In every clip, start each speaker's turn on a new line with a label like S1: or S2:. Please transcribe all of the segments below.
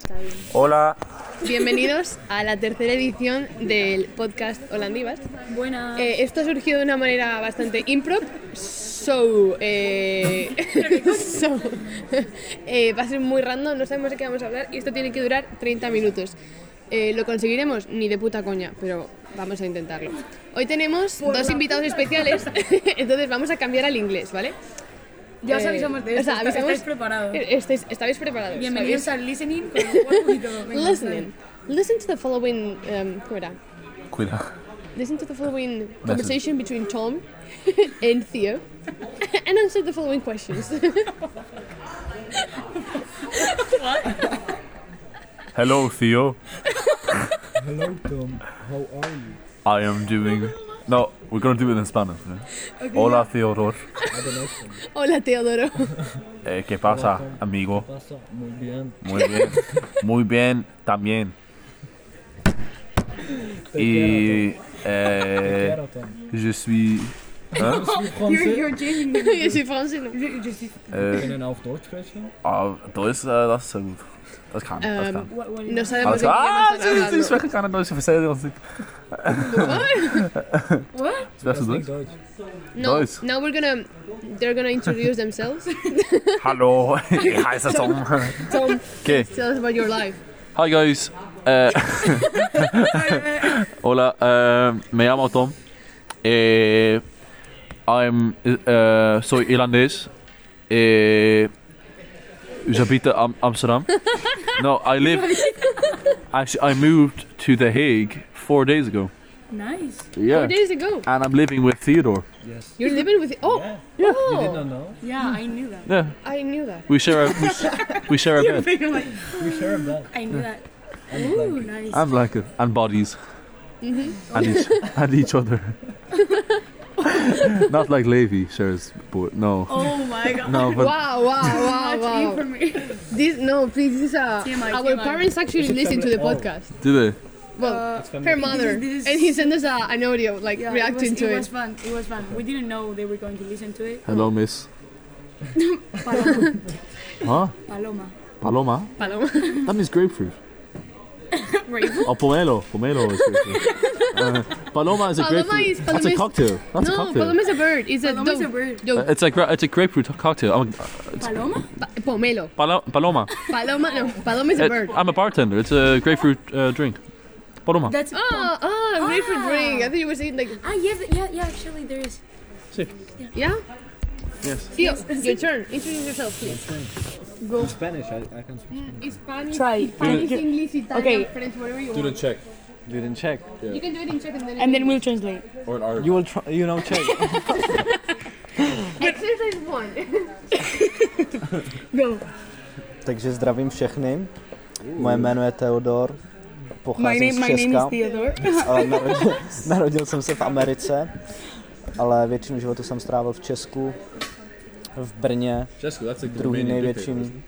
S1: Está bien.
S2: Hola.
S3: Bienvenidos a la tercera edición del podcast Holandivas.
S1: Buenas.
S3: Eh, esto ha surgido de una manera bastante improv. So, eh, so, eh, va a ser muy random, no sabemos de qué vamos a hablar y esto tiene que durar 30 minutos. Eh, ¿Lo conseguiremos? Ni de puta coña, pero vamos a intentarlo. Hoy tenemos dos invitados especiales, entonces vamos a cambiar al inglés, ¿vale?
S1: ya os
S3: Eh,
S1: avisamos
S3: o
S1: de esto.
S3: sea,
S1: está-
S3: avisamos-
S1: Estáis preparados.
S3: Eh, estáis- estáis preparados.
S1: Bienvenidos
S3: ¿sabéis?
S1: al listening con el cuerpo y todo. Venga,
S3: Listening. Listen to the following. Um, ¿Cómo era?
S2: Cuidado.
S3: Listen to the following conversation between Tom and Theo and answer the following questions.
S2: Hello, Theo.
S4: Hello, Tom. How are you?
S2: I am doing. No, we're gonna do it in Spanish. no?
S1: Okay.
S2: Hola, Theodor.
S4: I don't know, Tom.
S3: Hola, Teodoro.
S2: Eh, ¿Qué pasa, amigo?
S4: Pasa muy bien.
S2: Muy bien. Muy bien, también.
S4: Te
S2: Y.
S4: quiero,
S2: Eh,
S4: Tom.
S2: je suis. Huh?
S4: Te quiero, Tom. Is je
S1: You're,
S4: Franse?
S1: you're changing the-
S3: Yo soy francés.
S1: Je- je suis-
S2: Eh,
S4: Kunnen we ook Duits spreken?
S2: ah, Deutsch, eh, dat is zo goed. Dat kan. Dat
S3: Ehm,
S2: kan.
S1: what- what-
S3: No sabemos
S2: Alles-
S3: de qué idioma
S2: Ah,
S3: están
S2: ze ze is
S3: hablando.
S2: weggegaan en Duits versteden. want ik-
S1: What?
S2: Het is best wel Duits.
S4: Duits.
S3: No,
S2: Nice.
S3: now we're gonna, they're gonna introduce themselves.
S2: Hallo, ik ga eens om. Oké.
S3: Tom, tell us about your life.
S2: Hi guys. Eh, hola, eh, me llamo Tom. Eh, I'm, eh, soy irlandés. Eh, us habita uh, Am- Amsterdam. No, I live. Actually, I moved to The Hague four days ago.
S1: Nice.
S3: Four
S2: Yeah.
S3: days ago.
S2: And I'm living with Theodore.
S4: Yes.
S3: You're living with. Oh,
S4: Yeah. You did
S3: oh!
S4: not know? no?
S1: Yeah, I knew that.
S2: Yeah,
S3: I knew that.
S2: we share a we, s- we share a bed
S1: You're like,
S4: We share a bed.
S1: I knew that.
S4: And a
S1: Ooh,
S4: blanket.
S1: nice.
S2: and blanket and bodies
S3: Mhm.
S2: and each and each other. Not like Levy shares, but no.
S1: Oh my god.
S2: No, but
S3: Wow, wow, wow,
S1: Much
S3: wow.
S1: information.
S3: This no, please. This is a.
S1: TMI,
S3: Our
S1: TMI.
S3: parents actually
S4: Is it
S3: listen to the
S4: family? Oh.
S3: podcast.
S2: do they?
S3: Well,
S1: Uh,
S3: her
S4: Family.
S3: mother,
S1: This is- this is-
S3: and he sent us a, an audio like
S1: yeah,
S3: reacting
S1: it was,
S3: to
S1: it
S3: it.
S1: was fun. It was fun. We didn't know they were going to listen to it.
S2: Hello, miss.
S1: Paloma.
S2: Huh?
S1: Paloma.
S2: Paloma?
S3: Paloma.
S2: That means grapefruit.
S1: Right.
S2: Oh, pomelo. Pomelo is grapefruit. Uh, paloma is a
S3: Paloma
S2: grapefruit.
S3: is-
S2: That's
S3: paloma
S2: a
S3: is-
S2: cocktail. That's a
S3: no,
S2: cocktail.
S3: Paloma is a bird. It's a
S1: Paloma is a
S3: dog.
S1: word.
S2: Uh, it's a gra- it's a grapefruit cocktail. I'm
S1: Paloma?
S3: Pa- pomelo.
S2: palo- paloma.
S3: Paloma. No, Paloma is a
S5: uh,
S2: It-
S3: bird.
S2: I'm a bartender. It's a grapefruit uh, drink. Paloma.
S1: That's
S3: Oh, oh, grapefruit
S1: Ah.
S3: drink. I thought you were saying like,
S1: Ah, yes, yeah, yeah, actually there is.
S3: yeah.
S2: Yes.
S3: Theo, your turn. Introduce yourself, please.
S4: In Spanish, I, I can speak.
S3: Spanish,
S1: Try.
S3: Spanish, English, Italian,
S1: Okay.
S3: French, whatever you
S5: Do the
S3: want.
S5: check. Do it in check.
S3: You can do it in Czech and then.
S1: And then we'll translate.
S5: Or in Arabic.
S4: You will try, you know Czech.
S3: exercise one.
S1: Go.
S6: Takže zdravím všechny. Moje jméno je Teodor,
S1: My
S6: pocházím
S1: name, my
S6: z
S1: name is
S6: Česka.
S1: Theodore.
S6: ale narodil, narodil jsem se v Americe, ale většinu života jsem strávil v Česku, v Brně,
S5: Jessica, that's a
S6: druhý největším.
S4: vlastně.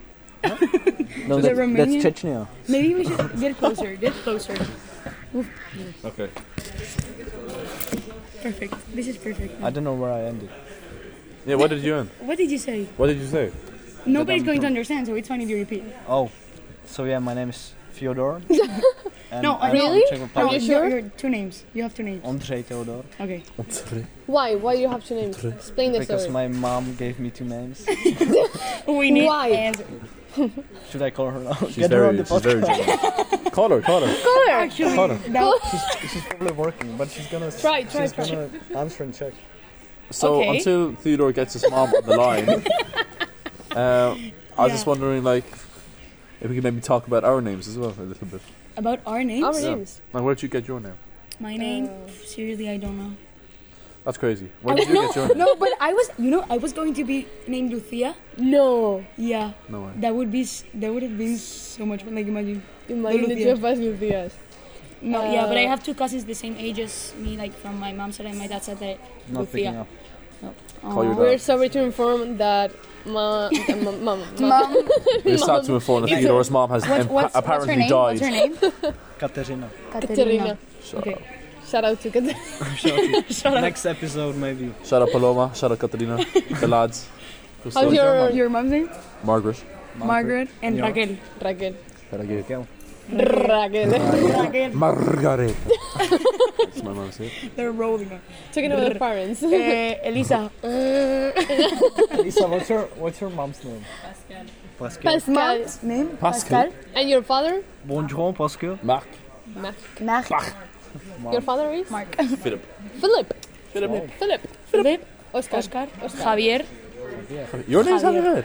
S6: No, that, that's
S1: Romanian?
S6: Čečnia.
S1: Maybe we should get closer, get closer.
S5: Okay.
S1: Perfect. This is perfect.
S6: I don't know where I ended.
S5: Yeah, what did you earn?
S1: What did you say?
S5: What did you say?
S1: Nobody's going to understand, so it's fine if you repeat.
S6: Oh, so yeah, my name is Fyodor. and
S1: No,
S6: I'm
S1: really?
S6: from Czech
S1: No,
S6: Republic.
S1: you sure? Your, two names. You have two names.
S6: Ondřej Teodor,
S1: Okay.
S3: Why? Why do you have two names? Explain the
S6: because
S3: story.
S6: my mom gave me two names.
S1: We need
S3: Why?
S1: answer.
S6: Should I call her now?
S5: She's very, she's very generous. call her, call her.
S1: Actually,
S5: Connor.
S1: that,
S6: She's probably working, but she's gonna
S3: Try, try,
S6: she's
S3: try.
S6: gonna answer in Czech.
S5: So
S1: Okay.
S5: until Theodore gets his mom on the line, uh, I was just
S1: Yeah.
S5: wondering, like, if we could maybe talk about our names as well a little bit.
S1: about our names?
S3: Our
S5: Yeah.
S3: names.
S5: Like, where'd you get your name?
S1: My name? Seriously, I don't know.
S5: That's crazy. Where did you
S1: no,
S5: get your name?
S1: no, but I was, you know, I was going to be named Lucia.
S3: No.
S1: Yeah,
S5: No way.
S1: that would be, s- that would have been so much fun. Like imagine.
S3: Imagine the two of us with us.
S1: No, yeah, but I
S3: Uh,
S1: have two cousins the same age as me, like from my mom's side and my dad's side. That, um,
S6: Not picking up.
S5: Call your
S1: Aw.
S5: dad.
S3: We're sorry to inform that ma, ma, ma, ma,
S1: Mom,
S5: It's sad to inform that Theodore's mom has
S1: what's,
S5: empa-
S1: what's, what's her
S5: apparently
S1: name? What's her
S5: died.
S1: name?
S6: Katerina.
S3: Katerina.
S1: Okay.
S3: Shout out to Katerina.
S6: Next episode, maybe.
S5: Shout out Paloma. Shout out Katerina. the lads.
S3: How's your
S1: Your mom's name?
S5: Margaret.
S1: Margaret and
S6: Yeah.
S1: Raquel.
S3: Raquel?
S5: Ragged.
S6: Raquel.
S3: Raquel.
S1: Again,
S5: Margarita. That's my mom said.
S1: they're rolling on.
S3: Talking about the parents.
S1: Eh, Elisa.
S6: Lisa, what's your, what's your mom's name? Pascal.
S3: Pascal.
S1: Name?
S5: Pascal.
S3: And your father?
S6: Bonjour, Pascal.
S5: Mark.
S3: Mark.
S1: Mark.
S3: Your father is?
S1: Mark.
S5: Philip.
S3: Philip.
S5: Philip.
S3: Philip.
S1: Philip.
S3: Oscar.
S1: Oscar. Javier.
S5: Your name's Javier.
S1: Javier.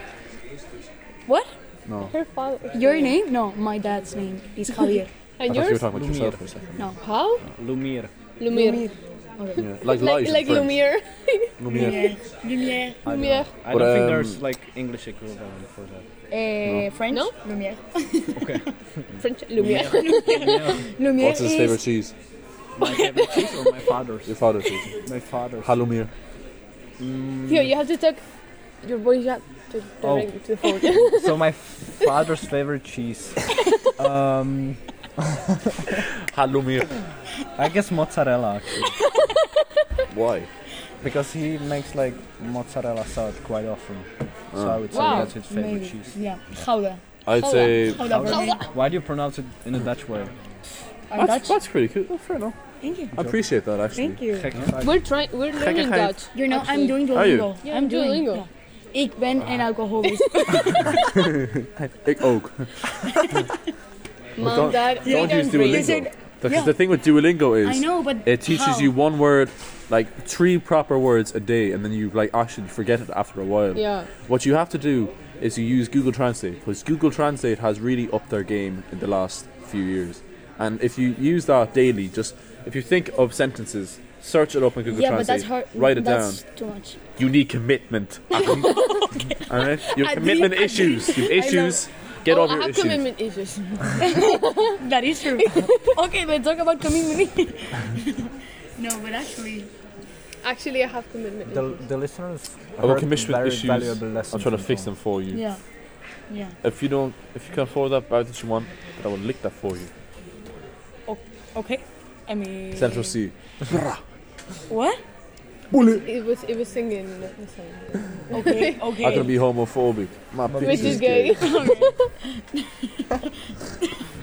S1: What?
S5: No.
S3: Her father.
S1: Your name? No, my dad's name is Javier.
S5: I thought
S3: And
S5: you were
S3: yours?
S5: talking about yourself
S6: Lumiere.
S5: for a second.
S3: How?
S6: Lumiere.
S3: Lumiere.
S5: Yeah. Like
S3: Like,
S5: lies.
S3: like Lumiere.
S5: Lumiere.
S1: Lumiere.
S6: I don't,
S3: Lumiere.
S6: know. I
S5: But,
S6: don't think
S5: um,
S6: there's like English equivalent for that.
S1: Eh, French?
S3: No?
S1: Lumiere.
S3: French. Lumiere.
S6: Lumiere.
S1: Lumiere
S5: What's his
S1: is
S5: favorite cheese?
S6: my favorite cheese or my father's?
S5: Your father's cheese.
S6: My father's.
S5: Halloumir.
S3: Here, you have to talk. Your voice up to, to,
S6: Oh.
S3: ring- to the phone.
S6: So my father's favorite cheese. Um,
S5: Halloumir.
S6: I guess mozzarella actually,
S5: Why?
S6: because he makes like mozzarella salad quite often. So
S5: Ah.
S6: I would say
S3: Wow.
S6: that's his favorite
S1: maybe.
S6: cheese.
S1: Yeah. Gouda.
S5: I'd
S3: Halloum.
S5: say.
S1: Gouda for me.
S6: Why do you pronounce it in a Dutch way?
S1: I'm
S5: That's,
S1: Dutch.
S5: that's pretty cool. Oh, fair enough.
S1: Thank you.
S5: I appreciate that actually.
S1: Thank you.
S3: We're trying. We're learning
S5: hi.
S3: Dutch.
S1: You know,
S3: Actually.
S1: I'm doing
S5: Are you? Ah.
S1: Duolingo.
S3: Yeah,
S1: I'm doing
S3: Duolingo.
S1: yeah. Ik ben een alcoholist.
S5: Ik ook.
S3: Mom,
S5: don't-
S3: dad,
S5: Don't
S3: freedom,
S5: use
S3: freedom.
S1: You
S5: Duolingo.
S1: said-
S5: Because
S1: yeah.
S5: the thing with Duolingo is
S1: I know, but
S5: it teaches
S1: how?
S5: you one word, like three proper words a day, and then you like actually forget it after a while.
S3: Yeah.
S5: What you have to do is you use Google Translate because Google Translate has really upped their game in the last few years. And if you use that daily, just if you think of sentences, search it up in Google
S1: Yeah, but
S5: Translate,
S1: that's hard.
S5: write it
S1: that's
S5: down.
S1: too much.
S5: You need commitment. Alright? You have
S1: Adi,
S5: commitment
S1: Adi.
S5: issues. You have
S1: I know.
S5: issues. Get
S3: oh,
S5: over
S3: I
S5: your
S3: have
S5: issues.
S3: commitment issues.
S1: That is true. okay, let's talk about community. no, but actually,
S3: Actually, I have commitment.
S6: The,
S3: issues.
S6: the listeners
S5: I've got
S6: heard
S5: commitment
S6: very
S5: issues.
S6: valuable
S5: I'm
S6: lessons.
S5: trying to fix
S6: from
S5: them for you.
S1: yeah, yeah.
S5: If you don't, if you can afford that bag that you want, then I will lick that for you.
S1: Okay. I mean.
S5: Central C.
S1: What?
S3: It was. It was singing the song.
S1: Okay. Okay.
S5: I can be homophobic. My
S6: Which
S5: bitch
S3: Which is gay.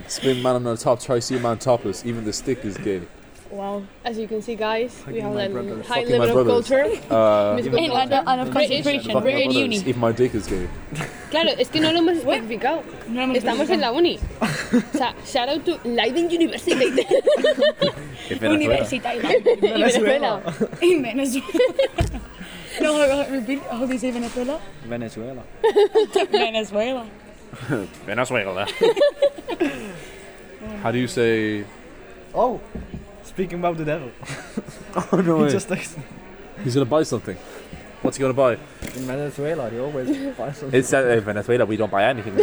S5: Spin man on the top, try see man topless. Even the stick is gay.
S1: wow.
S3: As you can see, guys, we
S6: Fucking
S3: have
S6: my
S3: a
S6: brothers.
S3: high
S5: Fucking my
S3: level of
S5: brothers.
S3: culture.
S5: Uh,
S3: Miss
S6: even
S1: And,
S3: Goldberg.
S1: and, and of
S3: British.
S1: concentration.
S5: fucking
S1: We're
S5: my
S1: in
S5: brothers.
S1: uni.
S5: Even my dick is gay.
S3: Claro, es que no lo hemos especificado.
S1: No, no,
S3: Estamos en la uni. O sea, shout out to Leiden University.
S1: Universidad.
S3: Y Venezuela.
S1: in Venezuela. no, hold on, repeat. How do you say Venezuela?
S6: Venezuela.
S1: Venezuela.
S5: Venezuela. How do you say?
S6: Oh, speaking about the devil.
S5: Oh no
S6: He just texted me.
S5: He's gonna buy something. What's he gonna buy?
S6: in Venezuela. They always buy something.
S5: It's uh, in Venezuela. We don't buy anything.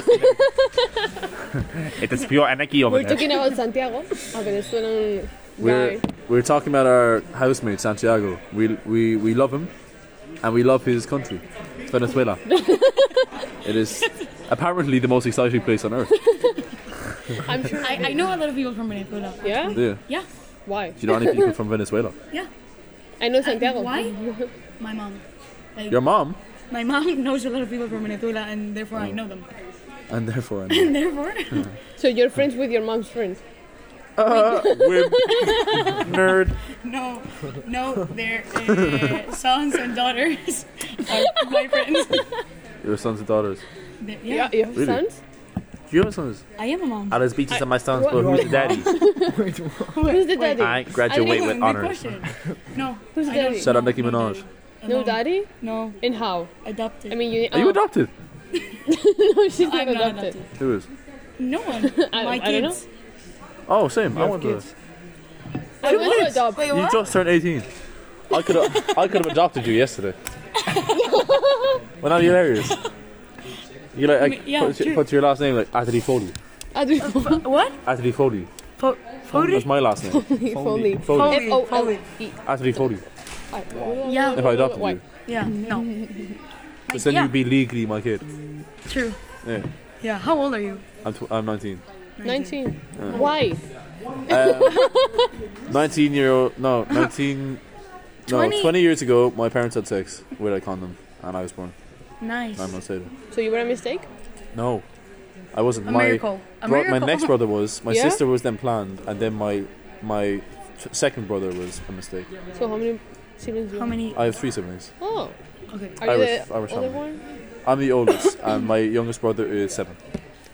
S5: it is pure anarchy over
S3: We're talking about Santiago, a Venezuelan
S5: We're
S3: guy.
S5: we're talking about our housemate Santiago. We we we love him, and we love his country, It's Venezuela. it is apparently the most exciting place on earth.
S3: I'm sure.
S1: I, I know a lot of people from Venezuela.
S3: Yeah?
S5: Yeah.
S1: Yeah.
S3: Why?
S5: Do you know any people from Venezuela?
S3: I know Santiago.
S1: Uh, Why? My mom. Like,
S5: Your mom,
S1: my mom knows a lot of people from Venezuela, and therefore
S5: Oh.
S1: I know them.
S5: and therefore I know.
S1: therefore,
S3: So you're friends with your mom's friends.
S5: uh, wimp, nerd.
S1: no, no, their uh, sons and daughters are my friends.
S5: Your sons and daughters.
S1: They-
S3: Yeah.
S1: yeah,
S3: You have
S5: Really?
S3: sons?
S5: Do you have sons?
S1: I am a mom.
S5: I was beaches on my sons,
S3: but
S6: who's the
S5: daddy?
S3: Who's the daddy? graduate
S1: Good question. No,
S3: Who's
S1: I
S3: daddy?
S1: don't-
S5: Shout out
S1: no,
S5: Nicki
S1: no
S5: Minaj.
S1: daddy. Uh,
S3: No daddy?
S1: No,
S3: And how?
S1: adopted.
S3: I mean, you.
S5: Are you
S3: oh.
S5: adopted?
S3: no, she's not
S1: I'm not
S3: adopted.
S1: adopted.
S5: Who is?
S1: No one.
S3: I-
S1: My
S3: I don't know.
S1: kids.
S5: Oh, same. I want to.
S6: kids.
S3: I want to adopt.
S1: Wait,
S5: You
S1: what?
S5: just turned 18. I could have, I could have adopted you yesterday. well, now you're hilarious. You like, like
S1: yeah,
S5: put,
S1: true.
S5: put your last name like Anthony Foley.
S3: I do.
S1: What?
S5: Anthony Foley.
S1: Po- Foley?
S5: That's my last name. Foley.
S3: Foley. Foley.
S1: Foley.
S3: F O L
S1: Foley.
S3: E.
S5: Anthony Foley.
S1: Yeah.
S5: If I adopted
S3: Why?
S5: you,
S1: Yeah, no. Like,
S5: because then
S1: yeah,
S5: you'd be legally my kid.
S1: true.
S5: Yeah,
S1: Yeah, how old are you?
S5: I'm, tw- I'm 19.
S3: 19. Why?
S5: Um, 19 year old. No, 19. No,
S1: 20.
S5: 20. years ago, my parents had sex with a condom, and I was born
S1: Nice.
S5: nine months later.
S3: So you were a mistake?
S5: No, I wasn't.
S1: A
S5: my
S1: miracle. A
S5: bro- my
S1: miracle.
S5: next brother was. My
S3: Yeah?
S5: sister was then planned, and then my my f- second brother was a mistake.
S3: So how many siblings do you
S1: How
S3: have?
S1: many?
S5: I have three siblings.
S3: Oh,
S1: Okay.
S3: are you
S5: Irish-
S3: the
S5: Irish
S3: older
S5: family.
S3: one?
S5: I'm the oldest, and my youngest brother is seven.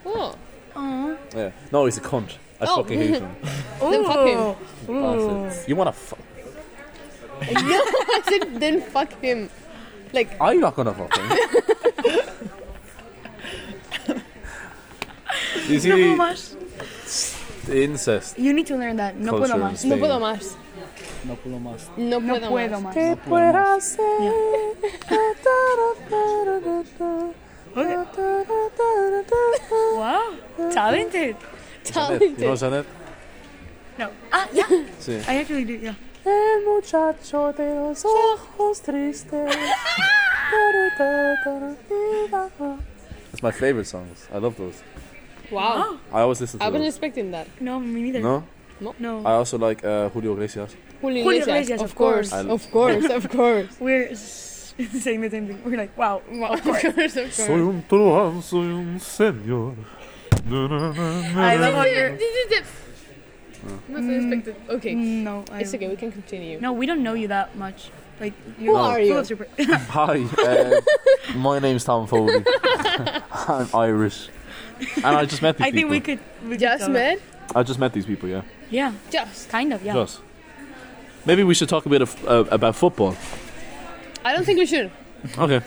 S3: Oh,
S1: Aww.
S5: Yeah. No, he's a cunt. I
S3: Oh.
S5: fucking hate him.
S3: Then fuck him.
S5: Bastard. You wanna fuck?
S3: I said then fuck him. Like
S5: I'm not gonna fuck him. you see
S1: No puedo
S5: the,
S1: más.
S5: the incest
S1: You need to learn that. No
S5: culture
S1: puedo
S5: in
S1: más.
S5: Spain.
S3: no puedo más.
S4: No puedo más.
S3: No
S1: No
S3: puedo,
S1: puedo
S3: más.
S1: más. Wow.
S5: Isn't it?
S1: Talented.
S5: You know
S3: Talented.
S5: what's in it?
S1: No. Ah, yeah.
S5: See.
S1: I actually do. Yeah.
S5: It's my favorite songs. I love those.
S3: Wow.
S5: I always listen to
S1: Ah.
S3: I wasn't
S5: those.
S3: expecting that.
S1: No, me neither.
S5: No?
S1: No.
S5: I also like uh, Julio Iglesias.
S3: Julio
S1: Julio
S3: Iglesias,
S1: Iglesias,
S3: of
S1: of course.
S3: course.
S5: I-
S3: Of course, of course.
S1: We're s- saying the same thing. We're like, wow.
S3: Wow, Of course, of
S5: Soy
S3: course.
S5: un truhan, soy un señor. Na, na, na, na.
S1: I love how you're.
S3: This is it. Not expected. Okay.
S1: No, I.
S3: It's okay, we can continue.
S1: Mm. No, we don't know you that much. Like,
S3: Who
S1: you're
S3: are
S1: full
S3: you?
S1: of super-
S5: Hi, uh, my name's Tom Foley. I'm Irish. And I just met these
S1: I think
S5: people.
S1: we could. We could
S3: Just
S1: tell
S3: met?
S5: I just met these people, yeah.
S1: that. Yeah,
S3: Just.
S1: kind of. Yeah.
S5: Just. Maybe we should talk a bit of, uh, about football.
S3: I don't think we should.
S5: Okay.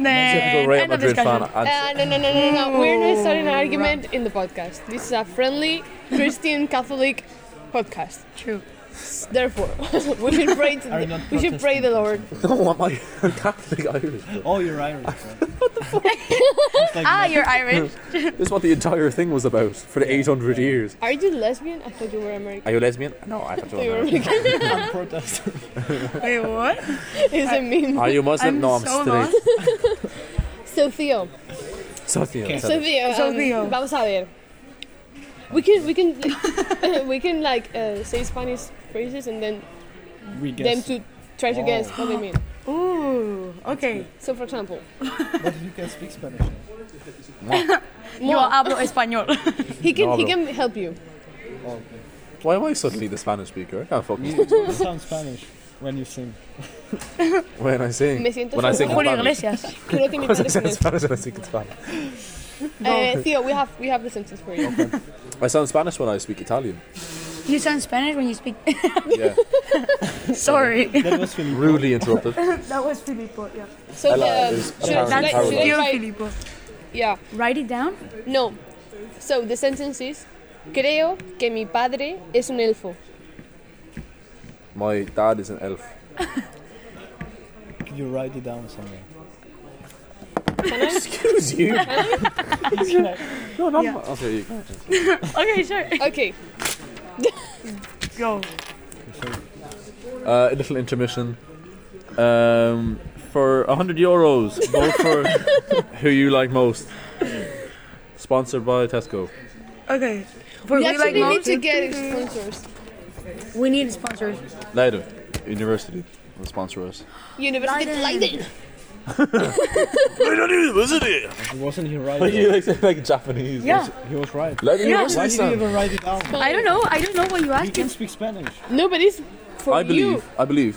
S1: Then,
S5: Real
S1: Eh, end of
S5: Madrid fan.
S1: discussion.
S5: I'd-
S3: Uh, no, no, no, no, no. We're not starting an argument in the podcast. This is a friendly Christian Catholic podcast.
S1: True.
S3: Therefore, we should pray to
S4: Are you
S3: the,
S4: not
S3: we should pray the Lord.
S1: Uh,
S5: I don't want my Catholic Irish. bro.
S4: Oh, you're Irish. Right? what the fuck? like
S1: Ah, you're Irish.
S5: This is what the entire thing was about for the 800 years.
S3: Are you lesbian? I thought you were American.
S5: Are you lesbian? No, I thought
S3: I thought you
S5: you
S3: were
S5: were American.
S3: American.
S4: I'm protesting.
S1: Wait, what?
S3: It's a meme.
S5: Are you Muslim?
S1: I'm
S5: no, I'm
S1: so
S5: straight.
S1: lost.
S3: So Theo,
S5: So Theo
S4: Okay.
S5: said
S3: so
S5: it.
S3: Theo,
S1: So
S3: um,
S1: Theo.
S3: vamos a ver. We can we can we can like uh, say Spanish phrases and then
S4: We
S3: them
S4: guess.
S3: to try to
S4: Oh.
S3: guess what they mean.
S1: Ooh. Okay.
S3: So for example,
S4: But you can speak Spanish. now.
S1: Yo
S3: Mo,
S1: hablo español.
S3: he can he
S5: hablo.
S3: can help you.
S4: Oh, okay.
S5: Why am I suddenly the Spanish speaker? I can't fucking
S4: You,
S5: speak Spanish.
S4: you sound Spanish when you sing.
S5: When I sing.
S3: Me siento
S5: When I sing in
S1: Julio
S5: Spanish.
S1: Iglesias.
S3: Creo que mi
S5: Because I sing in
S3: padre es
S5: Spanish and I sing in Spanish.
S3: Uh, Theo, we have we have the sentence for you.
S5: I sound Spanish when I speak Italian.
S1: You sound Spanish when you speak.
S5: Yeah.
S1: Sorry.
S4: That was Filipino.
S5: Rudely interrupted.
S1: that was Filippo. Yeah.
S3: So
S5: Ella
S3: um,
S5: is
S3: should, I- should, I-
S5: Apparently
S1: That's
S3: should I
S1: real
S3: try?
S1: Filippo.
S3: Yeah.
S1: Write it down.
S3: No. So the sentence is Creo que mi padre es un elfo.
S5: My dad is an elf.
S4: You write it down somewhere.
S5: Excuse you. no, not
S1: Yeah.
S5: my- Okay, you-
S1: Okay, sure.
S3: Okay.
S1: Go.
S5: Uh, a little intermission. Um, for 100 euros, vote for who you like most. Sponsored by Tesco.
S1: Okay. For
S3: We
S1: we like
S3: actually need
S1: most,
S3: to get sponsors.
S1: we need sponsors.
S5: Later, university will sponsor us.
S3: University of Leiden.
S5: I don't university.
S4: It wasn't he right?
S5: Like
S4: though.
S5: you like, say, like Japanese.
S1: Yeah.
S4: He was right.
S5: Let me
S1: Yeah.
S5: watch
S4: Why
S5: this
S4: did you
S5: now.
S4: even write it down?
S1: I don't know. I don't know what you
S4: He
S1: asked
S4: can
S1: him.
S4: speak Spanish.
S3: No, but it's for
S5: I believe.
S3: you.
S5: I believe.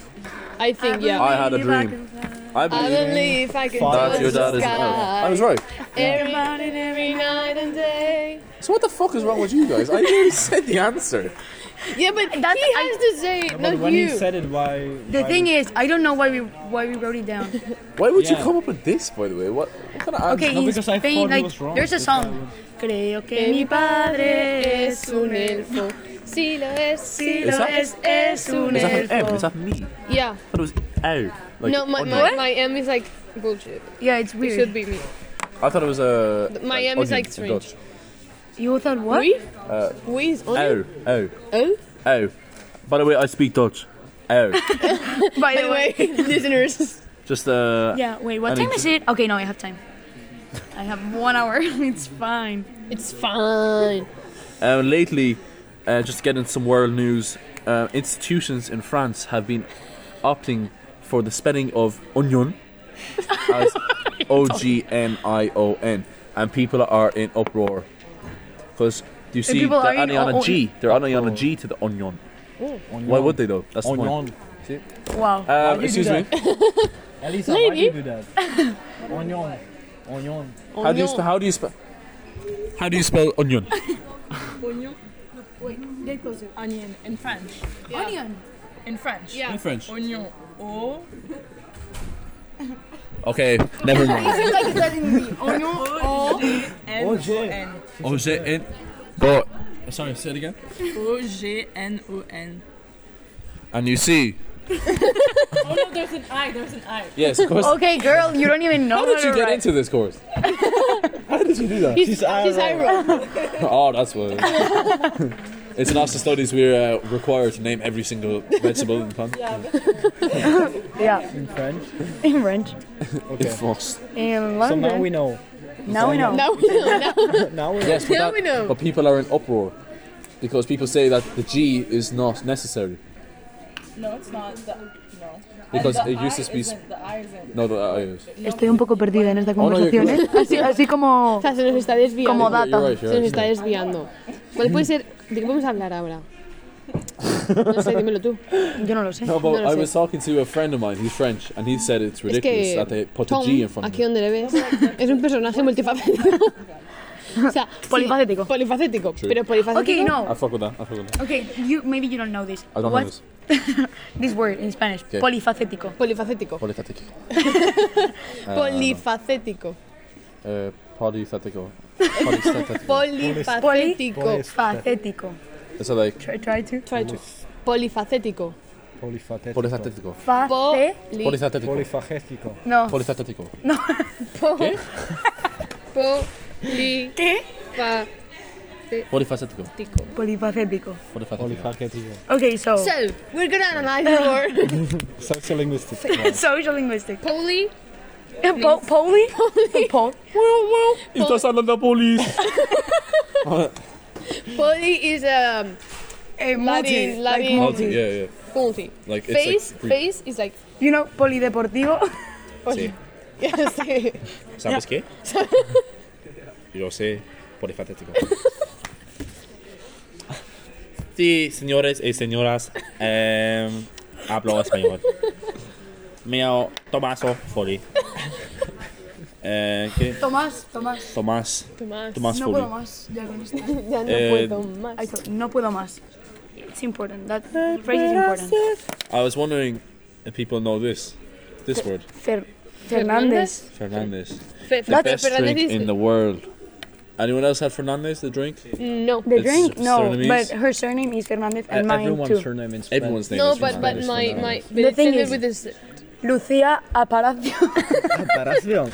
S3: I think yeah.
S5: I had a dream. I
S3: I
S5: believe
S3: believe I can
S4: Fuck.
S5: that
S3: touch
S5: your
S3: the
S5: dad is an elf.
S3: sky.
S5: I was right.
S3: Every, every night and day.
S5: So what the fuck is wrong with you guys? I already said the answer.
S3: Yeah, but
S1: That's-
S3: he has to say, it,
S4: but
S3: not
S4: when
S3: you.
S4: he said it, why?
S1: The
S4: why
S1: thing
S4: did-
S1: is, I don't know why we why we wrote it down.
S5: Why would you
S4: Yeah.
S5: come up with this, by the way? What, what kind of answer?
S1: Okay,
S4: No,
S1: in
S4: because I
S1: Spain,
S4: thought he
S1: like
S4: was wrong.
S1: there's a
S4: That's
S1: song. Creo que mi padre es un elfo.
S3: Si lo es, si
S1: Si
S3: lo
S1: lo
S5: that-
S1: es, es un
S5: Is that an
S4: E,
S5: M? Is
S1: elfo.
S5: that me? I
S3: Yeah.
S5: thought it was O. Like,
S3: no, my,
S5: onion.
S3: my, my M is like bullshit.
S1: Yeah, it's
S3: It should
S1: weird.
S3: be me.
S5: I thought it was uh, a.
S3: The- my M is, like, strange.
S1: You thought what?
S3: We? we is on
S5: Oh, oh,
S3: Oh.
S5: oh. By the way, I speak Dutch. Oh.
S1: By
S3: By
S1: the way.
S3: listeners,
S5: Just uh.
S1: Yeah. Wait.
S5: I
S1: What
S5: need
S1: time
S5: to-
S1: is it? Okay. No, I have time. I have one hour. it's fine.
S3: it's fine.
S5: Uh, lately, uh, just getting some world news. Uh, institutions in France have been opting for the spelling of onion as O G N I O N. and people are in uproar because you see
S1: people
S5: they're
S1: are in
S5: adding on
S1: o-
S5: a
S1: o-
S5: G. They're adding on a G to the onion.
S6: Onion.
S5: Why would they though? That's the point.
S6: Onion.
S1: Wow.
S5: Um,
S6: do
S5: excuse me.
S6: that? Elisa, why do
S3: Maybe.
S6: you do that? Onion. Onion.
S5: How do you sp- how do you spell? How do you spell onion?
S1: Onion. Wait, get closer. Onion in French. Onion in French.
S3: Yeah.
S5: French.
S1: Onion. Oh.
S5: Okay, never mind.
S1: like it's letting me. Onion. O.
S6: O G.
S5: Oh, is it in? But sorry, say it again.
S1: O G N O N.
S5: And you see,
S1: Oh no, there's an I. There's an I. Oh,
S5: yes, of course.
S1: Okay, girl, you don't even know
S5: How did you get into this course? How did you do that?
S3: She's, she's Iro.
S5: Oh, that's what. it's in after studies we're uh, required to name every single vegetable and plant.
S1: Yeah,
S6: In French.
S1: in French.
S5: It frosts.
S1: In
S6: So
S1: London.
S6: now we know.
S1: now we know.
S3: Now we know. Now,
S6: Now we know.
S5: Yes, but,
S3: Now
S5: that-
S3: we know.
S5: but people are in uproar because people say that the G is not necessary
S7: No, it's not. The, no.
S5: because
S7: The
S5: it used to
S7: eye
S5: be. s-
S7: isn't- The eye isn't.
S5: No, the I is.
S1: Estoy un poco perdida en esta
S5: Oh, no, you're
S1: conversación, ¿eh? Así, así como...
S3: o sea, se nos está desviando.
S1: Como da-
S5: You're right, you're
S3: Se nos
S5: right.
S3: está desviando. ¿Cuál puede ser? ¿De qué podemos hablar ahora? No sé, dímelo tú.
S1: Yo no lo sé.
S5: No, but
S3: No lo
S5: I
S3: sé.
S5: was talking to a friend of mine. He's French, and he said it's
S3: Es
S5: ridiculous
S3: que
S5: that they put
S3: Tom,
S5: a G in front of
S3: aquí
S5: it.
S3: donde le ves, es un personaje multifacético. o sea, sí,
S1: Polifacético.
S3: polifacético,
S5: True.
S3: pero polifacético.
S1: Okay,
S5: I
S1: no.
S5: fuck with that. I fuck with that.
S1: Okay, you, maybe you don't know this.
S5: Ah. I don't know
S1: What's
S5: this.
S1: this word in Spanish?
S5: Okay.
S1: Polifacético.
S3: Polifacético.
S5: Polythetic. Ah.
S3: Polifacético.
S5: Uh, polythetical. Polythetical.
S3: Polifacético.
S1: Facético.
S5: It's like
S1: Try, try to.
S3: Try to- Polifacético.
S6: Polyphatetic.
S5: polythetical.
S1: Face...
S3: Poli-
S5: Polythetical.
S6: Polyphagetico.
S1: No.
S5: Polythetical.
S3: Poli.
S1: ¿Qué?
S3: Polifacético.
S5: Polyphasetical.
S1: Polifacético.
S5: Polyphasetical.
S6: Polyphagetico.
S1: Okay, so...
S3: So, we're gonna analyze the word
S6: Sociolinguistic.
S1: Social linguistic.
S3: poli.
S1: Po- Poli? Poli.
S5: Estás hablando police.
S3: Poli is um,
S1: Eh, multi.
S3: Latin,
S1: Like
S3: Latin.
S5: Multi,
S1: multi.
S5: yeah, Oh, yeah.
S3: multi.
S5: Like it's
S3: Face,
S5: like Greek.
S3: face is like.
S1: You know, polideportivo.
S5: Sí.
S3: Yeah, sí.
S5: ¿Sabes qué? Yo sé polifatético. Sí, señores y señoras, em, hablo español. Me llamo Tomaso Foli. Eh, ¿qué?
S1: Tomás, Tomás.
S5: Tomás,
S3: Tomás.
S5: Tomás
S1: No
S5: Foli.
S1: puedo más. Ya con esto.
S3: Ya no
S5: Eh,
S3: puedo más.
S1: I thought, no puedo más. It's important. That phrase is important.
S5: I was wondering if people know this, this word,
S1: Fer- Fernández.
S5: Fernandez.
S3: Fe-
S5: The
S3: Fernández
S5: best drink
S3: is-
S5: in the world. Anyone else had Fernandez, the drink?
S3: No.
S1: The
S5: It's
S1: drink? No,
S5: Surinamese.
S1: but her surname is Fernández and mine
S6: Everyone's
S1: too.
S6: surname in Spanish.
S5: Everyone's name
S3: No,
S5: is
S3: but but
S5: Fernandez,
S3: my
S5: Fernandez.
S3: my but
S1: The
S3: it's
S1: thing
S3: ended
S1: is-
S3: with this
S1: Lucía Aparacio.
S6: Aparación.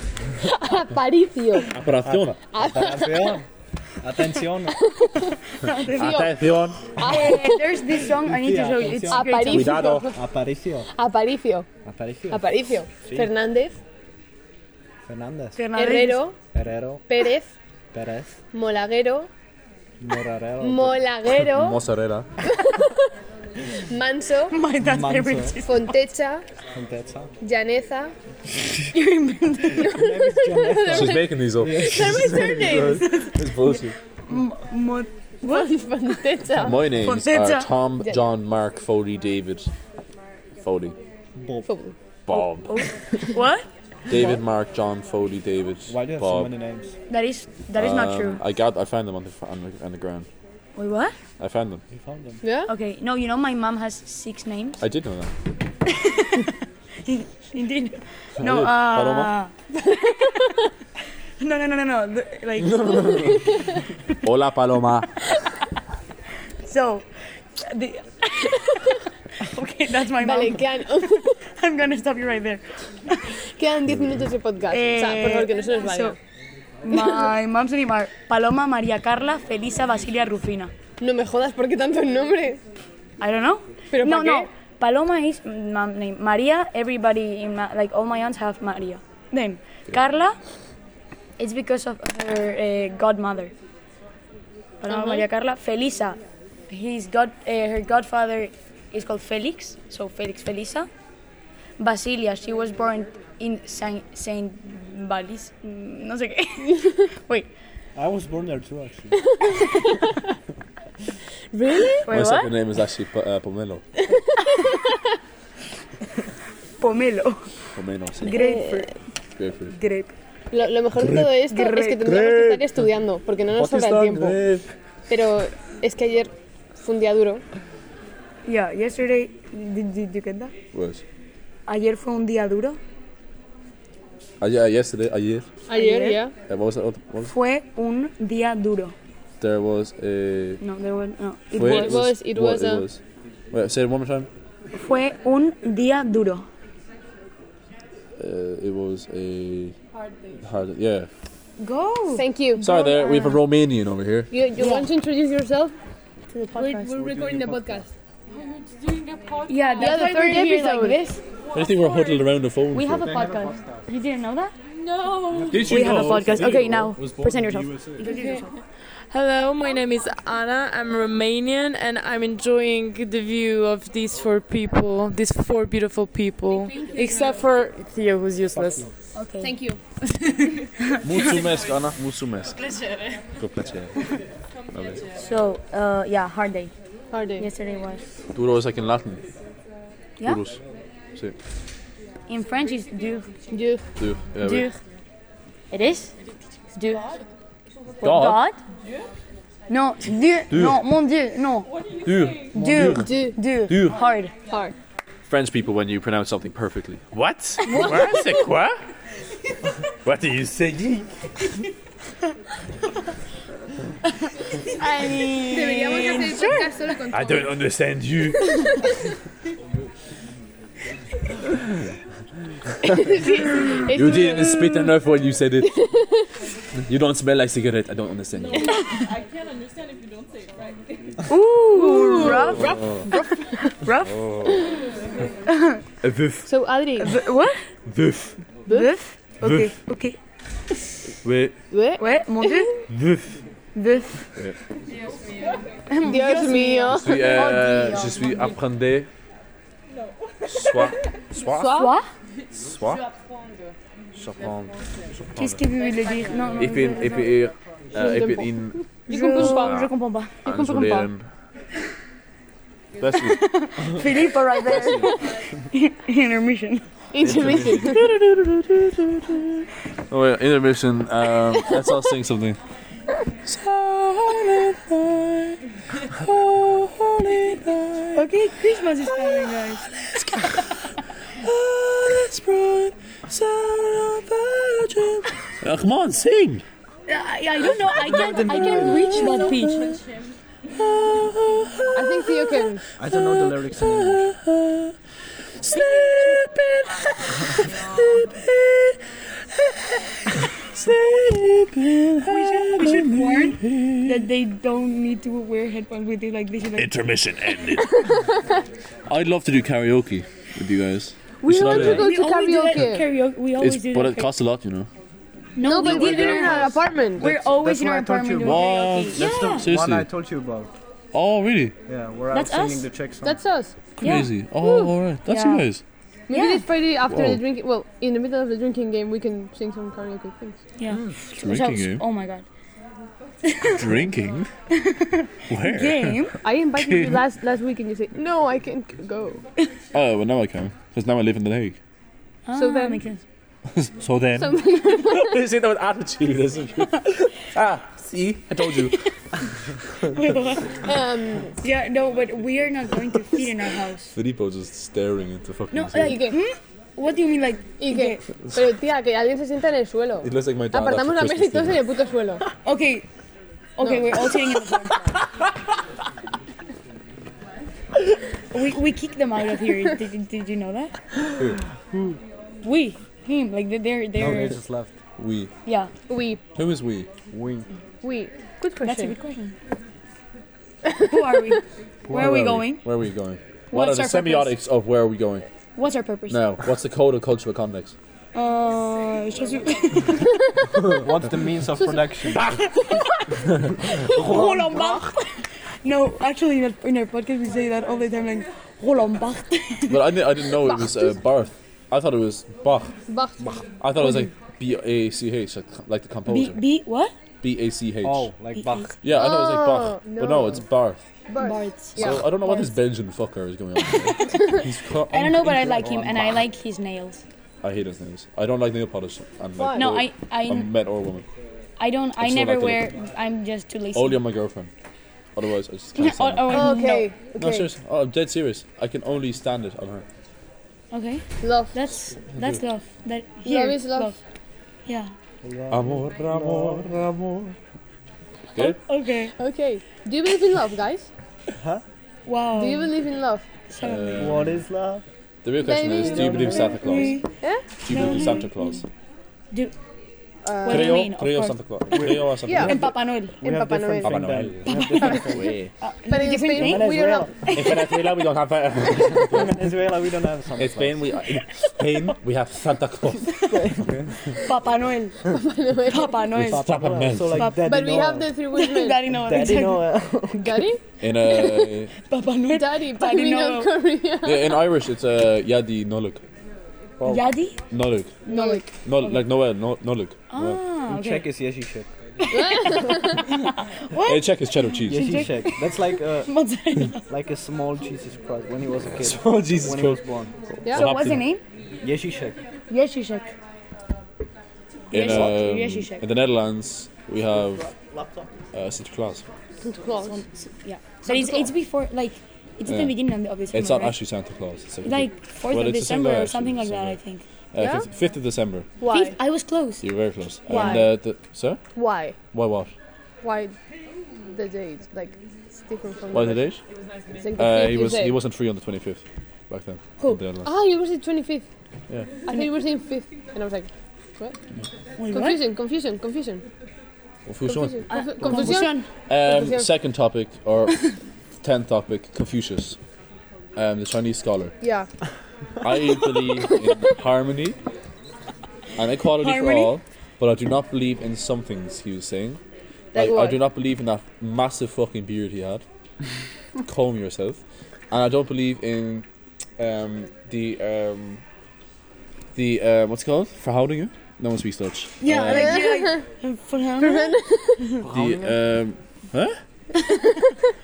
S3: aparicio.
S5: Operación.
S6: Aparación. Atención.
S5: Atención.
S1: Eh, There's this song I need to
S6: Lucía,
S1: show you. It's a great
S3: Aparicio.
S1: song.
S5: Cuidado.
S6: Aparicio.
S3: Aparicio.
S6: Aparicio.
S3: Aparicio.
S6: Sí.
S3: Fernández.
S6: Fernández.
S1: Fernández.
S3: Herrero.
S6: Herrero.
S3: Pérez.
S6: Pérez.
S3: Molaguero.
S6: Morarero.
S3: Mm. Molaguero.
S5: Mozzarella.
S3: Manso.
S1: My dad's
S6: Manso.
S1: favorite cheese.
S3: Fontecha.
S6: Contessa.
S3: Llaneza.
S1: You remember?
S5: She's making these up.
S3: They're my surnames.
S5: It's bullshit.
S1: Mo-
S3: Fontecha.
S5: My names are
S1: Fonseca.
S5: Tom, John, Mark, Foley, David, Foley,
S1: Oh.
S5: Bob,
S1: what?
S5: David, Mark, John, Foley, David,
S6: Why do you have so
S5: Bob.
S6: many names?
S1: That is that is not
S5: Um,
S1: true.
S5: I got. I found them on the fr- on the, on the ground.
S1: Wait, what?
S5: I found them.
S6: You found them.
S3: Yeah.
S1: Okay, no, you know my mom has six names.
S5: I did know that.
S1: Indeed. No,
S5: Hey,
S1: uh.
S5: Paloma.
S1: no, no, no, no, no. the- Like,
S5: Hola Paloma.
S1: so. The, okay, that's my
S3: Vale,
S1: mom.
S3: quedan,
S1: I'm gonna stop you right there.
S3: quedan 10 minutos de podcast. o sea, por favor, que no se nos vaya.
S1: so, my mom's name are Paloma, María Carla, Felisa, Basilia, Rufina.
S3: No me jodas, ¿por qué tantos nombres?
S1: I don't know.
S3: Pero
S1: no,
S3: ¿pa'
S1: no.
S3: qué?
S1: Paloma is mom name. Maria, everybody in my, like all my aunts have Maria name. Carla, it's because of her uh, godmother. Paloma Maria Carla. Felisa, his god, uh, her godfather is called Felix, so Felix Felisa. Basilia, she was born in Saint Saint Balis, mm, no sé qué. Wait,
S4: I was born there too, actually.
S3: Really?
S5: My
S1: wait, what?
S5: second name is actually P- uh, Pomelo.
S1: Pomelo.
S5: Pomelo, sí.
S1: Grapefruit.
S5: Grapefruit.
S1: Grape.
S3: Lo, lo mejor de todo esto es que tendríamos que estar estudiando, porque no nos sobra el
S5: Pakistan
S3: tiempo.
S5: grape.
S3: Pero es que ayer fue un día duro.
S1: Yeah, yesterday, did, did you get that?
S5: Worse.
S1: Ayer fue un día duro.
S5: Ayer, uh, yesterday, ayer.
S3: Ayer,
S1: Ayer.
S3: ya.
S5: Uh, what was that? other- What was
S1: Fue un día duro.
S5: There was a.
S1: No, there was, no. It
S5: Wait,
S1: was.
S3: was- it
S5: what
S3: was
S5: it
S3: a-
S5: was. Wait, say it one more time.
S1: Fue un día duro.
S5: Uh, it was a. Hard. Yeah.
S1: Go!
S3: Thank you.
S5: Sorry, there. We have a Romanian over here.
S3: You, you want to introduce yourself?
S1: To the podcast.
S3: we're recording the podcast.
S1: Yeah,
S3: Yeah,
S1: that's
S3: the
S1: why
S3: third
S1: we're here like
S3: episode.
S1: this.
S5: I think we're huddled around the phone.
S1: We have a podcast. You didn't know that?
S5: Did
S1: We have a podcast. Okay, now present yourself.
S8: Hello, my name is Anna. I'm Romanian and I'm enjoying the view of these four people, these four beautiful people. Except for Theo, who's useless.
S1: Okay.
S3: Thank you.
S5: Mulțumesc, Ana. Mulțumesc. Cu plăcere.
S1: So, uh, yeah, hard day.
S3: Hardy.
S1: Yesterday was.
S5: Duro is like in Latin.
S1: Yeah?
S5: Duros. Sí.
S1: In French, it's dur.
S3: You.
S5: Dur. Yeah, wait.
S1: Dur. It is? It's dur. What,
S5: God?
S1: God? No, dur.
S5: Dur.
S1: No, mon dieu. No.
S5: Dur.
S1: Dur.
S3: Do.
S1: Dur.
S5: Dur.
S1: Hard.
S3: Hard.
S5: French people when you pronounce something perfectly.
S9: What? What? C'est quoi? What are you saying?
S1: I mean,
S3: Deberíamos hacer el podcast solo con
S9: I don't understand you.
S5: You didn't spit enough when you said it. you don't smell like cigarette. I don't understand you.
S7: I can't understand if you don't say it right.
S1: ooh, rough.
S9: A veuf.
S3: So, Adri.
S1: What?
S9: Veuf.
S1: Bœuf? Ok, ok.
S9: Wait.
S3: Dios
S1: Ouais, mon dieu.
S9: Veuf.
S1: Bœuf.
S3: mío.
S5: Je suis, euh, je suis apprendais. Soit. Soit.
S1: Quoi?
S5: Soit. J'apprends.
S1: Qu'est-ce qu'il veut le dire? Non, non,
S5: Ik ben,
S1: je-
S5: ik ben hier, eh, ik ben in
S1: je, je
S3: comprends
S1: comprends
S5: pas.
S1: Je comprends pas.
S5: aan het leren. Best goed.
S1: Philippe, right there. Intermission.
S3: Intermission.
S5: Oh yeah, intermission. Um, let's all sing something.
S1: Okay, Christmas is coming, guys.
S5: Uh, come on, sing.
S1: I, I don't know. I can't. I can't reach that pitch.
S3: I think Theo can.
S6: I don't know the lyrics in English.
S1: We should warn that they don't need to wear headphones with it. Like they should. Like,
S9: Intermission ended.
S5: I'd love to do karaoke with you guys.
S3: We
S5: should
S3: want
S5: all
S3: to
S5: do
S3: go
S1: we
S3: to
S1: always do that
S3: karaoke.
S1: karaoke. We always
S5: It's,
S1: do
S5: but
S1: that
S5: it costs a lot, you know.
S1: No,
S3: No, but
S1: we
S3: we did
S1: did
S3: it in our apartment.
S1: We're always
S6: that's
S1: in
S6: why
S1: our
S6: I told
S1: apartment
S6: you.
S1: doing
S5: Wow,
S1: karaoke.
S5: that's
S1: Yeah.
S5: the- seriously.
S6: One I told you about.
S5: Oh, really?
S6: Yeah, where
S1: That's
S6: I was
S1: us.
S6: singing the Czech song.
S3: That's us.
S1: Yeah.
S5: Crazy. Oh, all right. That's
S1: Yeah.
S5: you guys.
S3: Maybe
S1: Yeah.
S3: this Friday after
S5: Whoa.
S3: the drinking, well, in the middle of the drinking game, we can sing some karaoke things.
S1: Yeah.
S5: Drinking game.
S1: Oh my god.
S9: Drinking? Where?
S1: Game.
S3: I invited you last last week, and you said no, I can't go.
S5: Oh, well now I can because now I live in the Hague.
S1: Ah,
S3: So then-
S1: makes sense.
S9: So then.
S3: Something.
S5: you see that with attitude, isn't it? ah, see, I told you.
S3: Um,
S1: Yeah. No, but we are not going to feed in our house.
S5: Filippo just staring into fucking.
S1: No,
S5: sea.
S1: like, hmm?
S3: Ike,
S1: what do you mean, like?
S3: Ike. Pero tía, que alguien se sienta en el suelo.
S5: it looks like my
S1: Ah,
S5: dad.
S3: Apartamos la
S5: after
S3: mesa y
S5: Christmas
S3: todos en
S5: dinner.
S3: el puto suelo.
S1: Okay. Okay, we're all sitting in the corner. we we kicked them out of here. Did, did, did you know that? We him like they- they're
S6: No, they
S1: they're
S6: just left.
S5: We.
S1: yeah.
S3: We,
S5: Who is we?
S6: Wing.
S3: we. Good
S1: That's a good
S3: question.
S1: question. Who are we? Where are we going?
S5: Where are we going? What
S1: What's
S5: are the
S1: our purpose?
S5: semiotics of where are we going?
S1: What's our purpose?
S5: Now, what's the code of cultural context?
S1: Uh, je suis-
S6: What's the means of production?
S1: Roland Barthes. No, actually, in our, in our podcast we say that all the time, like Roland Barthes.
S5: But I didn't, I didn't know it was uh, Barth. I thought it was Bach.
S3: Bach.
S5: I thought it was like B A C H, like- like the
S1: B,
S5: composer.
S1: B what?
S5: B A C H.
S6: Oh, like Bach.
S5: Yeah, I know it's like Bach,
S3: Oh,
S5: but no,
S3: no.
S5: it's Barth.
S1: Barth.
S3: Yeah.
S5: So I don't know what this Belgian fucker is going on. with. He's co-
S1: I don't know, but I like him and I like his nails.
S5: I hate his nails. I don't like nail polish. I'm
S3: Why?
S5: like,
S1: No,
S5: no,
S1: I
S5: a
S1: I,
S5: met or woman.
S1: I don't I
S5: It's not
S1: never
S5: like
S1: wear. I'm just too lazy.
S5: Only on my girlfriend. Otherwise, I just
S1: No,
S5: can't
S1: oh,
S5: stand it.
S1: oh,
S3: okay,
S5: No,
S3: okay.
S5: seriously. Oh, I'm dead serious. I can only stand it on her.
S1: no. Okay.
S3: Love.
S1: That's that's love. That here,
S3: is love.
S1: Yeah.
S5: Amor, amor, amor. Okay?
S1: Okay.
S3: Okay. Do you believe in love, guys?
S1: Wow.
S3: Do you believe in love?
S5: Uh,
S6: What is love?
S5: the real question
S3: Baby,
S5: is, do you believe Santa Claus? Do
S3: Eh?
S5: you believe in Santa Claus?
S1: What do
S3: Uh,
S1: you
S5: Creo,
S1: mean? Of
S5: creo
S1: course.
S5: Santa Claus. Creo a Santa
S3: Yeah.
S5: Claus.
S1: And Papa Noel.
S6: We
S3: In
S6: have
S3: Papa
S5: Noel.
S6: different thing
S5: Papa
S6: then. We have different thing.
S3: but in
S1: Different
S3: Spain,
S1: name?
S3: we don't have.
S9: In Venezuela, we don't have. Uh,
S6: In Venezuela, we don't have Santa
S9: in Spain,
S6: Claus.
S9: we in Spain we have Santa Claus.
S1: Papa Noel. Papa Noel.
S6: Papa Noel,
S9: Papa
S6: So like
S1: Noel.
S6: Daddy
S3: But we
S6: Noel.
S3: have the three wish men.
S1: Daddy Noel.
S6: Daddy uh,
S1: exactly.
S6: Noel.
S3: Daddy,
S5: In uh,
S1: Papa Noel.
S3: daddy, but
S1: Daddy
S3: we
S1: no.
S3: know Korea.
S5: yeah, in Irish, it's uh, Yadi Noluk.
S1: Daddy.
S5: Noluk.
S3: No, like
S5: No, like Noel, no, Noluk.
S1: Ah.
S6: In
S1: Okay.
S6: Czech is Ježíšek.
S5: Hey, check his cheddar cheese.
S6: Ježíšek. That's like a,
S1: Mozzarella.
S6: like a small Jesus Christ when he was a kid.
S5: Oh, Jesus
S6: When he was
S5: Christ.
S6: born.
S3: Yeah.
S1: So what's the name?
S6: Ježíšek.
S1: Yeshishek.
S5: In, um,
S1: Yeshishek.
S5: in the Netherlands, we have uh, Santa Claus.
S3: Santa Claus.
S1: Yeah. So it's, it's before like it's at the
S5: Yeah.
S1: beginning of the, of the summer,
S5: It's not
S1: right?
S5: actually Santa Claus. It's like,
S1: Like fourth
S5: Well,
S1: of
S5: it's December,
S1: December or
S5: actually,
S1: something like that.
S5: December.
S1: I think.
S5: uh,
S3: Yeah?
S5: 5th, 5th of December.
S1: Fifth,
S3: Why?
S1: I was close.
S5: You're very close.
S3: Why?
S5: And, uh, the, sir?
S3: Why?
S5: Why what?
S3: Why the date? Like it's different from.
S5: Why
S3: the
S5: the date?
S3: It's like the
S5: Uh,
S3: fifth
S5: he
S3: you
S5: was
S3: said.
S5: he wasn't free on the 25th back then.
S1: Who?
S5: in the Netherlands.
S3: Ah, you were saying 25th.
S5: Yeah.
S3: I thought you were saying 5th. And I was like,
S1: Wait, what?
S3: confusion, confusion, confusion.
S5: Well, who's on?
S3: Confusion.
S1: Uh,
S3: Confu- Confusion.
S5: Um,
S3: Confucius.
S5: second topic or tenth topic: Confucius, um, the Chinese scholar.
S3: Yeah.
S5: I believe in harmony and equality
S1: Harmony?
S5: for all, but I do not believe in some things he was saying.
S3: Like
S5: I, I
S3: what?
S5: do not believe in that massive fucking beard he had. Comb yourself, and I don't believe in um, the um, the uh, what's it called verhoudingen. No one speaks Dutch.
S1: Yeah,
S5: Um,
S1: like you like. Verhoudingen?
S5: the um, huh?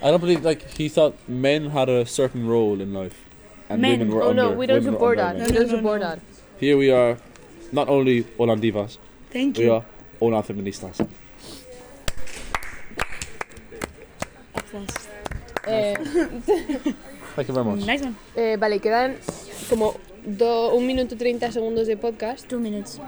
S5: I don't believe like he thought men had a certain role in life, and
S1: Men.
S5: women were
S3: Oh
S5: under.
S3: no, we
S5: women
S3: don't
S5: were
S3: support
S5: under
S3: that.
S5: men.
S3: We
S1: No, no,
S3: don't
S1: no,
S3: support
S1: no.
S3: that.
S5: Here we are, not only Olan divas,
S1: Thank
S5: we
S1: you.
S5: are Olan feministas.
S1: Applause.
S3: Eh,
S5: Thank you very much.
S1: Nice one.
S3: eh, vale, quedan como do, un minuto 30 segundos de podcast.
S1: Two minutes.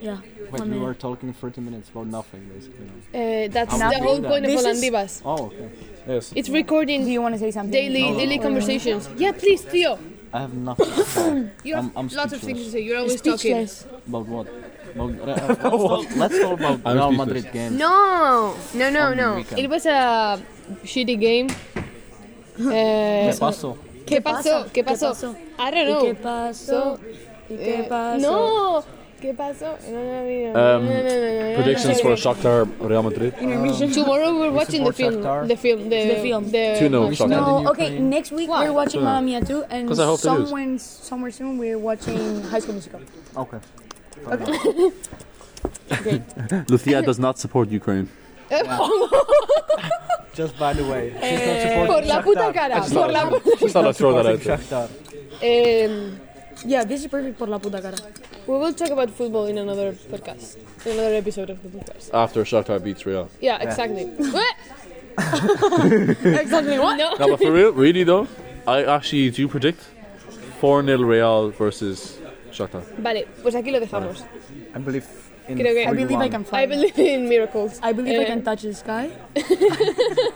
S1: Yeah.
S6: Wait,
S1: One
S6: we were
S1: minute.
S6: talking 30 minutes about nothing, basically.
S3: Eh, that's
S6: Now-
S3: the whole point of
S1: This is-
S3: Holandivas.
S6: Oh, okay.
S5: Yes.
S3: It's recording
S1: Do you want to say something?
S3: daily
S6: No, no,
S3: daily
S6: no.
S3: conversations. Yeah, please, Theo.
S6: I have nothing. to say.
S3: You have
S6: I'm- I'm
S3: lots of things to
S6: speechless.
S3: say. You're always talking.
S1: Speechless.
S6: about what? About, uh, let's, talk, let's talk about
S5: I'm
S6: Real
S5: speechless.
S6: Madrid game.
S3: No, no, no,
S6: On
S3: no.
S6: weekend.
S3: It was a shitty game. Eh,
S6: ¿Qué pasó?
S3: ¿Qué pasó? ¿Qué pasó? I don't know.
S1: ¿Y qué pasó? ¿Y qué
S3: Eh,
S1: pasó?
S3: No, ¿qué pasó? No, no, no, no,
S5: Um,
S3: no, no, no, no,
S5: Predictions
S3: no,
S5: for Shakhtar Real Madrid.
S1: Intermission.
S3: Tomorrow we're watching the
S6: support
S3: film,
S6: Shakhtar.
S3: the film, the,
S1: The film.
S3: the-
S5: 2-0 Shakhtar.
S6: No,
S1: No,
S6: Ukraine.
S1: okay, next week
S3: Why?
S1: we're watching Mamma Mia too, and
S5: 'Cause I hope they lose.
S1: somewhere, somewhere soon we're watching High School Musical.
S6: Okay.
S5: Lucia does not support Ukraine.
S6: Just by the way, she's not supporting
S3: Por la puta cara, por la puta.
S5: Just thought I'd throw that out there.
S6: Shakhtar.
S3: Um,
S1: Yeah, this is perfect por la puta cara.
S3: we will talk about football in another podcast, in another episode of the podcast.
S5: After Shakhtar beats Real.
S3: Yeah, exactly. exactly what? No.
S5: No, but for real, really though, I actually do predict 4 0 Real versus Shakhtar.
S3: Vale, pues aquí lo dejamos.
S6: I believe in
S3: Creo que-
S1: I believe I can
S6: 41.
S1: fly.
S3: I believe in miracles.
S1: I believe I
S3: Eh,
S1: can touch the sky.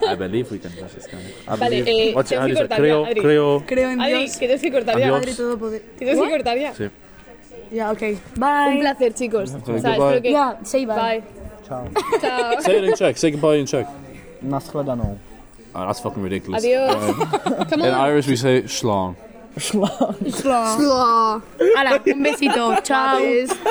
S5: I believe we can pass this guy. I
S3: Vale,
S5: believe-
S3: eh,
S5: What's it- how do you say?
S3: tengo que
S5: Creo,
S3: cortar ya,
S5: creo.
S1: Creo en
S3: Adri,
S1: Dios.
S3: que tienes que cortar ya.
S5: Adiós.
S1: Padre Todopoderoso.
S3: Tienes que cortar ya.
S1: Yeah, okay.
S3: Un
S1: Bye.
S3: placer, chicos. O sea,
S5: Goodbye.
S3: espero que...
S1: Yeah, say bye.
S3: Bye.
S6: Ciao.
S3: Chao.
S5: Say it in Czech. Say goodbye in Czech.
S6: Nashledanou.
S5: Ah, that's fucking ridiculous. Uh,
S3: Adiós. Come
S5: In
S3: on.
S5: Irish, we say schlong.
S1: Hala, un besito. Chao.